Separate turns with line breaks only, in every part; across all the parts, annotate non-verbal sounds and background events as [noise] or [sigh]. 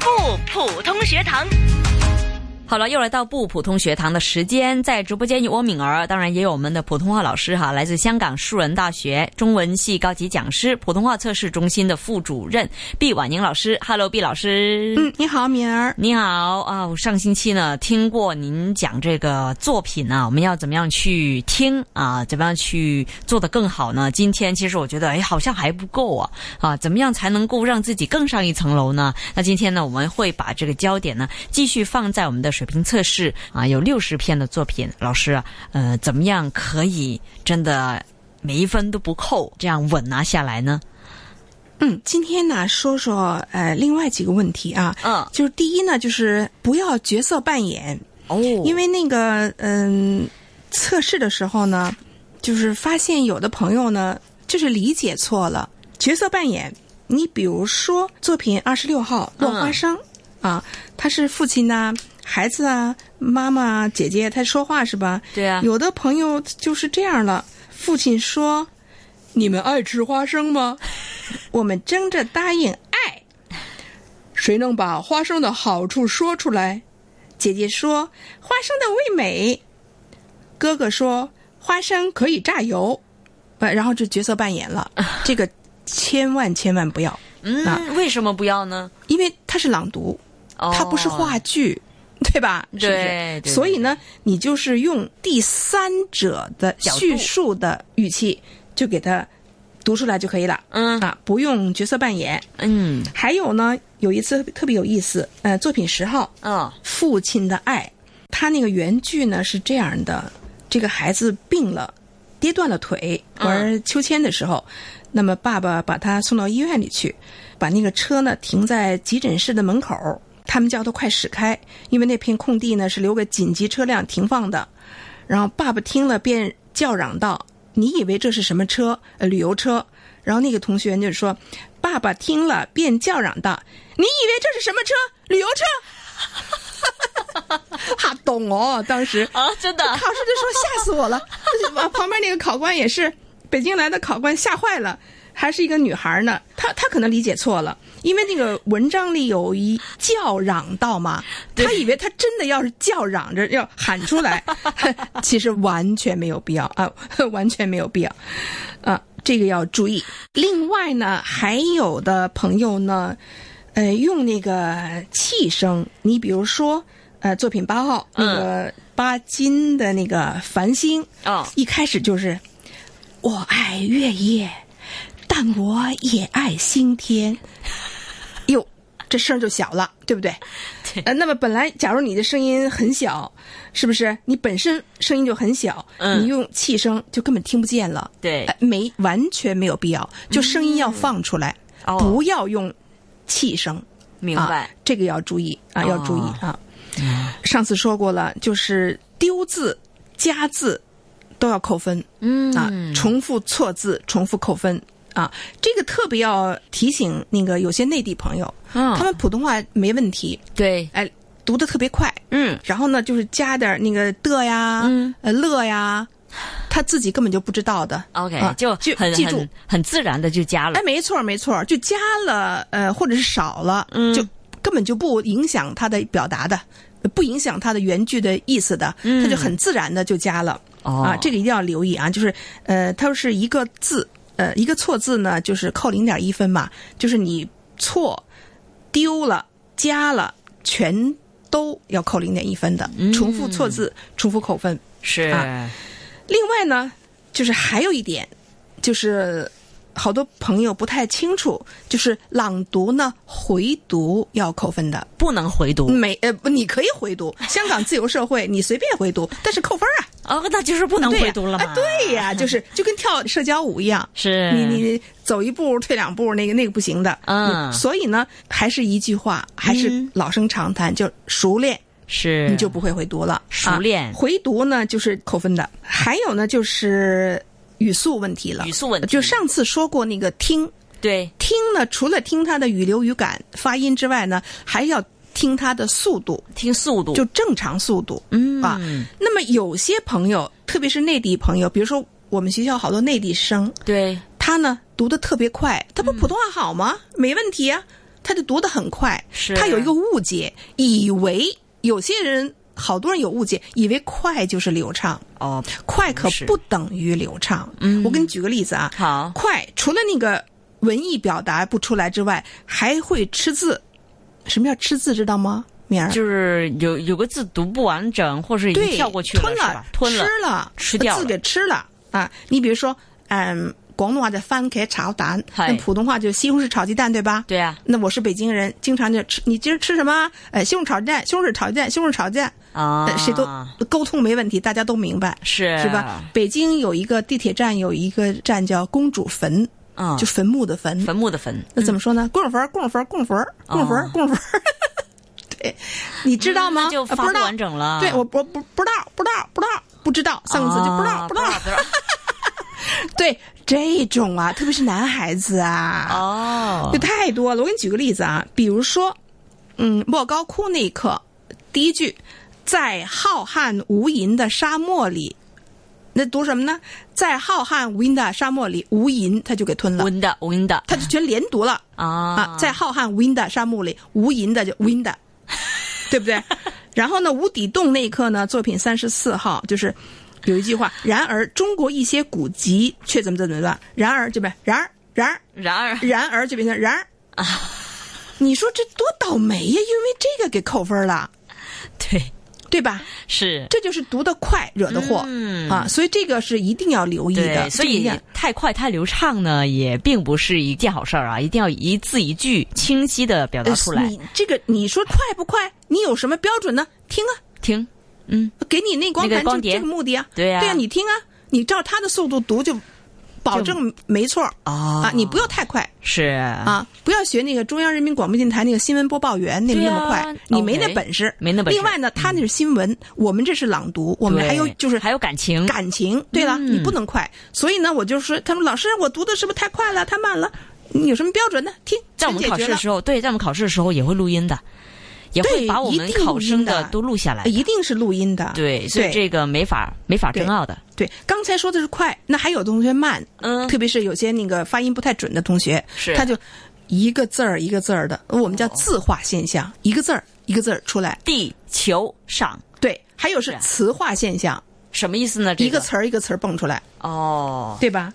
不普通学堂。
好了，又来到不普通学堂的时间，在直播间有我敏儿，当然也有我们的普通话老师哈，来自香港树人大学中文系高级讲师、普通话测试中心的副主任毕婉莹老师。Hello，毕老师。
嗯，你好，敏儿。
你好啊、我上星期呢听过您讲这个作品啊，我们要怎么样去听啊，怎么样去做得更好呢？今天其实我觉得，哎，好像还不够啊啊，怎么样才能够让自己更上一层楼呢？那今天呢，我们会把这个焦点呢继续放在我们的水平测试啊，有六十篇的作品，老师啊，呃，怎么样可以真的每一分都不扣，这样稳拿下来呢？
嗯，今天呢，说说呃，另外几个问题啊，
嗯，
就是第一呢，就是不要角色扮演，
哦，
因为那个嗯，测试的时候呢，就是发现有的朋友呢，就是理解错了角色扮演。你比如说作品二十六号《落花生》啊，他是父亲呐、孩子啊、妈妈啊、姐姐，他说话是吧？
对啊，
有的朋友就是这样了，父亲说：“你们爱吃花生吗？”我们争着答应爱。谁能把花生的好处说出来？姐姐说：“花生的味美。”哥哥说：“花生可以榨油。”呃，然后就角色扮演了，这个千万千万不要，啊
嗯，为什么不要呢？
因为它是朗读，
哦
它不是话剧，对吧？是不是
对对
所以呢，你就是用第三者的
角度
叙述的语气，就给它读出来就可以了。
嗯
啊，不用角色扮演。
嗯
还有呢，有一次特别有意思，呃，作品十号
哦
《父亲的爱》，他那个原剧呢是这样的：这个孩子病了，跌断了腿，
嗯
玩秋千的时候，那么爸爸把他送到医院里去，把那个车呢停在急诊室的门口，他们叫他快驶开，因为那片空地呢是留给紧急车辆停放的。然后爸爸听了便叫嚷道：“你以为这是什么车？呃，旅游车？”然后那个同学就说：“爸爸听了便叫嚷道：‘你以为这是什么车？旅游车？’” [laughs] 哈懂哦，当时
啊，真的
考试的时候吓死我了，完旁边那个考官也是北京来的考官，吓坏了，还是一个女孩呢，她她可能理解错了，因为那个文章里有一叫嚷道嘛，她以为她真的要是叫嚷着要喊出来， [laughs] 其实完全没有必要啊，完全没有必要啊，这个要注意。另外呢，还有的朋友呢，呃，用那个气声，你比如说，呃，作品八号那个巴金的那个繁星，
哦
一开始就是我爱月夜，但我也爱
[laughs]
星天。哟，这声儿就小了，对不对？
对
呃，那么本来假如你的声音很小，是不是？你本身声音就很小，
嗯哎
你用气声就根本听不见了。
对
呃没完全没有必要，就声音要放出来，
嗯哦
不要用气声。
明
啊，这个要注意啊，
哦嗯
要注意啊。上次说过了，就是丢字、加字都要扣分
嗯
啊，重复错字、重复扣分啊。这个特别要提醒那个有些内地朋友，
嗯
他们普通话没问题，
对，
哎，读的特别快，
嗯
然后呢，就是加点那个的呀、
嗯
呃乐
[sighs]
呀，他自己根本就不知道的。
，OK，、
啊
就
就
很
记住
很很自然的就加了
哎，，没错儿没错儿，就加了呃，或者是少了，
嗯
就根本就不影响他的表达的，不影响他的原句的意思的，
嗯
他就很自然的就加了、
哦，
啊，这
个
个一定要留意啊，就是呃，它是一个字呃一个错字呢，就是扣零点一分嘛，就是你错丢了加了全都要扣零点一分的，
嗯
重复错字重复扣分。
是、
啊另外呢，就是还有一点，就是好多朋友不太清楚，就是朗读呢回读要扣分的，
不能回读、
每呃不你可以回读， [laughs] 香港自由社会你随便回读，但是扣分
[laughs]
啊，
哦，那就是不能
对呀
回读了嘛，
啊
[laughs]
对呀、就是就跟跳社交舞一样。
是
你你走一步退两步，那个那个不行的。
嗯
你所以呢，还是一句话，还是
嗯
老生常谈，就熟练
是
你就不会回读了。
嗯熟练
啊、回读呢就是扣分的。还有呢就是语速问题了，
语速问题
就上次说过那个听
对
听呢，除了听它的语流语感发音之外呢，还要听它的速度，
听速度
就正常速度。
嗯
啊那么有些朋友，特别是内地朋友，比如说我们学校好多内地生，
对
他呢读的特别快，他不普通话好吗？没问题啊。他就读得很快，
嗯是
他有一个误解，以为有些人好多人有误解，以为快就是流畅，
哦，
快可
是
不等于流畅。嗯，我给你举个例子啊，
好
快除了那个文艺表达不出来之外，还会吃字。什么叫吃字？知道吗？明儿
就是有有个字读不完整，或是已经
对，
跳过去了，
吞
是
了
吧？，吞了
吃了，
吃掉
把字
了
给吃了啊！你比如说，嗯，广东话叫番茄炒蛋，
嗨
那普通话就西红柿炒鸡蛋，对吧？
对啊，
那我是北京人，经常就吃，你今儿吃什么？呃，西红柿炒鸡蛋，西红柿炒鸡蛋，西红柿炒鸡蛋，
啊
呃，，谁都沟通没问题，大家都明白，
是
是吧？？北京有一个地铁站，有一个站叫公主坟，
嗯，
就坟墓的坟，
坟墓的坟，
那怎么说呢？供佛，供佛，供佛，供佛
哦，
供佛。 [laughs] 对，你知道
嗯那
吗？
就
呃
发
不
不
知道
完。整了。
对，我不不不知道，不知道，不知道，不知道，上次就不知道，
啊
不知道。
不知道。
对，这种啊，特别是男孩子啊，
哦
就，太多了。我给你举个例子啊，比如说，嗯，莫高窟那一刻，第一句，在浩瀚无垠的沙漠里。那读什么呢？在浩瀚无垠的沙漠里，无垠 [laughs] 他就给吞了，
温的温的
他就全连读了。啊
啊，，
在浩瀚无垠的沙漠里，无垠的就无
[laughs]
垠的，对不对？然后呢，无底洞那一刻呢，作品三十四号就是有一句话：然而中国一些古籍却怎么怎么怎么，然而这边，然而，然而，
然而
然而这边成然而啊，你说这多倒霉呀！因为这个给扣分了，
对
对吧？
是。
这就是读得快惹的祸、
嗯
啊，所以这个是一定要留意的
对，。所
这一
以
点
太快太流畅呢，也并不是一件好事儿啊！一定要一字一句清晰的表达出
呃
来。
你这个你说快不快？你有什么标准呢？听啊。
听，嗯，
给你那光盘
那个
就
光碟
这个目的啊，
对啊
对啊，你听啊，你照他的速度读就保证没错儿
哦
啊，你不要太快
是啊，
啊，不要学那个中央人民广播电台那个新闻播报员那么
对
那
啊
么快，你没那
OK，
本事。
没那本事嗯
另外呢，他那是新闻，我们这是朗读，我们还有
对嗯
就是
还有感情，
感情。对了，你不能快，所以呢，我就说他们老师，我读的是不是太快了，太慢了？你有什么标准呢？听，
在我们
全
考
解
试
决
的
了
时候，对，在我们考试的时候也会录音的，也会
对
把我
一
们
定
考
录
生
音
的
的
都录下来。
一定是录音的。
哎对，所以这个没法没法争
对
拗的。
对，刚才说的是快，那还有同学慢，
嗯
特别是有些那个发音不太准的同学，
是
他就一个字儿一个字儿的，我们叫字化现
哦
象，一个字儿一个字儿出来。
地球上
对，还有是
是
词化现象，
什么意思呢？这
一个词儿一个词儿蹦出来，
哦，
对吧？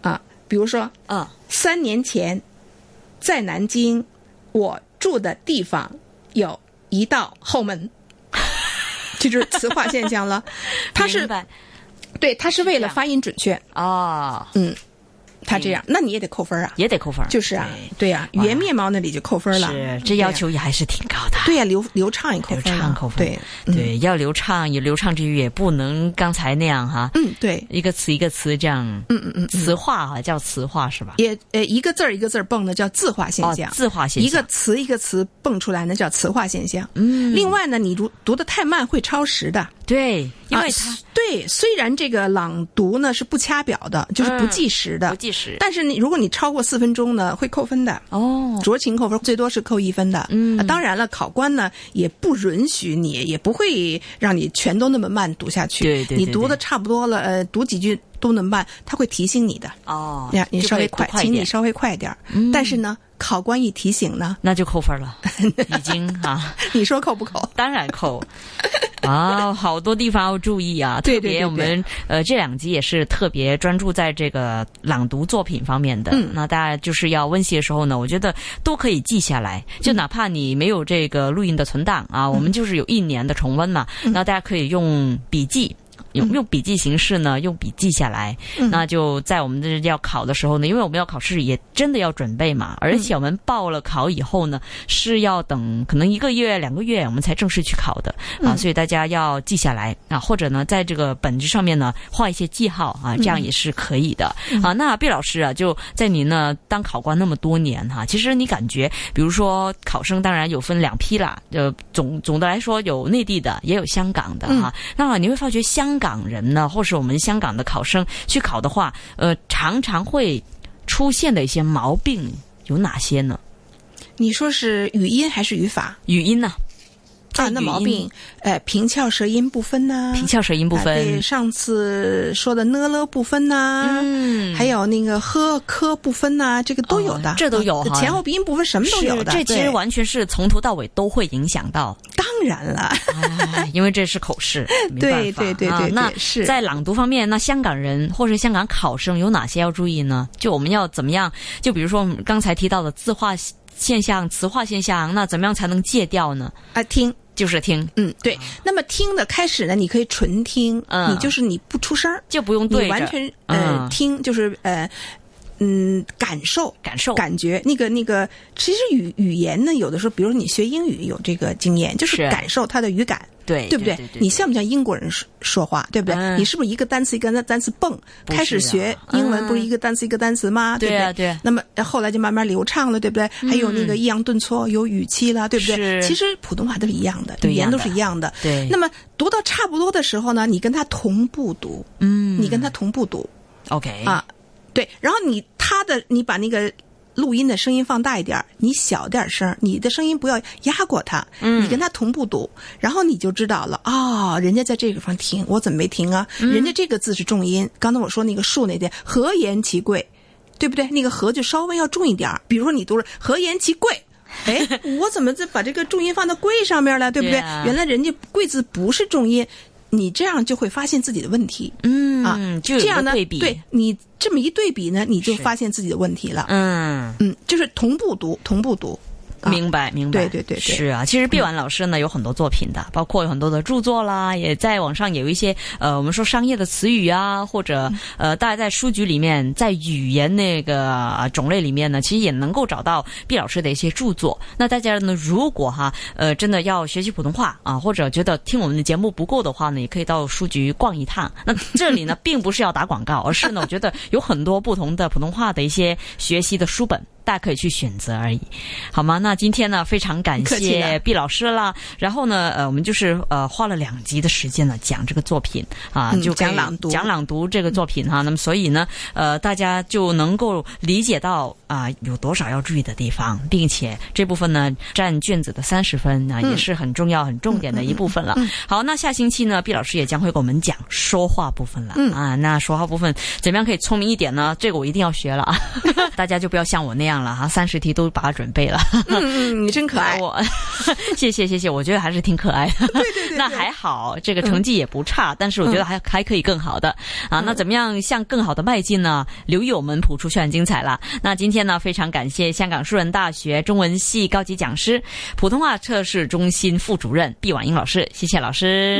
啊，比如说
嗯，
三年前，在南京，我住的地方有一道后
[laughs]
门，这就是词化现象了。它
明
是
白
对，它是为了
样嗯
发音准确，
哦，
它这样，那你也得扣分儿啊。
也得扣分儿，
就是啊，对呀、
哇
语言面貌那里就扣分了。
是这要求也还是挺高的。
对呀、流流畅也扣
流
分了，
畅扣分
对，嗯
对，要流畅，也流畅之余也不能刚才那样哈，
嗯，对，
一个词一个词这样，嗯嗯嗯，词化哈叫词化是吧？
也呃一个字儿一个字儿蹦的叫字化现
哦
象，，
字化现
一
象
个词一个词蹦出来那叫词化现象。嗯，另外呢，你读读的太慢会超时的，
对，因为
啊
它
对，虽然这个朗读呢是不掐表的，就是不
嗯
计时的，
不计时
但是你如果你超过四分钟呢，会扣分的。
哦，
酌情扣分，最多是扣一分的。嗯、当然了，考官呢也不允许你，也不会让你全都那么慢读下去。
对对对
你读的差不多了，呃，读几句都那么慢，他会提醒你的。
哦，
呀，你
就
稍
会
微
读
快，
快一
请你
点嗯
稍微快点儿。但是呢，考官一提醒
[laughs]
呢，
那就扣分
[laughs]
了，已经啊，
你说扣不扣？
[laughs] 当然
[laughs]
扣。啊，好多地方要注意啊！
对
特
对
别
对
我们呃这两集也是特别专注在这个朗读作品方面的。
嗯
那大家就是要温习的时候呢，我觉得都可以记下来，就
嗯
哪怕你没有这个录音的存档啊，我们就是有一年的重温嘛，
嗯
那大家可以用笔记。用用笔记形式呢，用笔记下来，
嗯
那就在我们这要考的时候呢，因为我们要考试，也真的要准备嘛。而
嗯
且我们报了考以后呢，是要等可能一个月、两个月，我们才正式去考的啊。所以大家要记下来啊，或者呢，在这个本子上面呢画一些记号啊，这样也是可以的啊。那毕老师啊，就在您呢当考官那么多年哈、其实你感觉，比如说考生当然有分两批啦，呃，总总的来说有内地的，也有香港的哈、那么你会发觉香港人呢，或是我们香港的考生去考的话，呃，常常会出现的一些毛病有哪些呢？
你说是语音还是语法？
语音呢、
啊，那毛病，呃，平翘舌音不分呐、
平翘舌音不
啊
分
嗯对，，上次说的呢了不分呐、
嗯
还有那个呵科不分呐、这个都有的，
哦这都有
啊
哈
前后鼻音不分，什么都有
是
的。
这其
对
实完全是从头到尾都会影响
[laughs]
到，
当
[laughs]
然了，
哎因为这是口试，没办
对
法
对对
啊
对
那
对，是
在朗读方面，那香港人或是香港考生有哪些要注意呢？就我们要怎么样？就比如说我们刚才提到的字化现象、词化现象，那怎么样才能戒掉呢？
啊听。
就是听，
嗯，对。那么听的开始呢，你可以纯听，
嗯
你就是你不出声儿，
就不用对
你
着
完全呃、
嗯
听，就是呃嗯感受
感受，
感觉那个那个，其实语语言呢，有的时候，比如你学英语有这个经验，就是
是
感受它的语感，
对
对
对
不
哎对？
你像不像英国人说说话，对不对？
嗯
你是不是一个单词一个单词蹦？
不是啊
开始学英
嗯
文不是一个单词一个单词吗？对不
对啊
对？
对啊
那么呃后来就慢慢流畅了，对不对？还有那个抑扬顿挫，有语气了，对不对？
嗯是
其实普通话都是一样的，
都
语
一样
言
的
都是一样的。
对
那么读到差不多的时候呢，你跟他同步读，
嗯
你跟他同步读
OK
啊，对。然后你他的，你把那个。录音的声音放大一点儿，你小点儿声儿，你的声音不要压过他，你跟他同步读，然后你就知道了哦，人家在这个地方停，我怎么没停啊？人家这个字是重音，刚才我说那个竖那点，和言其贵，对不对？那个和就稍微要重一点儿，比如说你读了和言其贵。哎，我怎么这把这个重音放到贵上面了，对不对
对啊
原来人家贵字不是重音，你这样就会发现自己的问题。
嗯
啊
就有
这
一个
样呢，
对比，
对你这么一对比呢，你就是发现自己的问题了。
嗯。
嗯，就是同步读，同步读。啊
明白，明白，
对对嗯对对
是啊。其实毕婉老师呢有很多作品的，包括有很多的著作啦，也在网上有一些呃，我们说商业的词语啊，或者
嗯
呃，大家在书局里面，在语言那个呃种类里面呢，其实也能够找到毕老师的一些著作。那大家呢，如果哈呃真的要学习普通话啊，或者觉得听我们的节目不够的话呢，也可以到书局逛一趟。那这里
[laughs]
呢，并不是要打广告，而是呢，我觉得有很多不同的普通话的一些学习的书本。大家可以去选择而已，好吗？那今天呢，非常感
客气
谢
了
毕老师啦。然后呢，呃，我们就是呃花了两集的时间呢讲这个作品啊，
嗯
就可以
讲朗读
讲朗读这个作品哈。那么所以呢，呃，大家就能够理解到啊、有多少要注意的地方，并且这部分呢占卷子的三十分啊，
嗯
也是很重要、很重点的一部分了。好，那下星期呢，毕老师也将会给我们讲说话部分了、
嗯
啊。那说话部分怎么样可以聪明一点呢？这个我一定要学了 [laughs] 啊！大家就不要像我那样了哈，三十题都把它准备了。
嗯嗯，你真可爱。
我 [laughs] 谢谢谢谢，我觉得还是挺可爱的。
对对嗯对，
那
对
还好，这个成绩也不差，但是我觉得还、还可以更好的啊。
嗯
那怎么样向更好的迈进呢？留意我们谱出校园精彩啦。那今天呢，非常感谢香港树人大学中文系高级讲师、普通话测试中心副主任毕婉英老师，谢谢老师。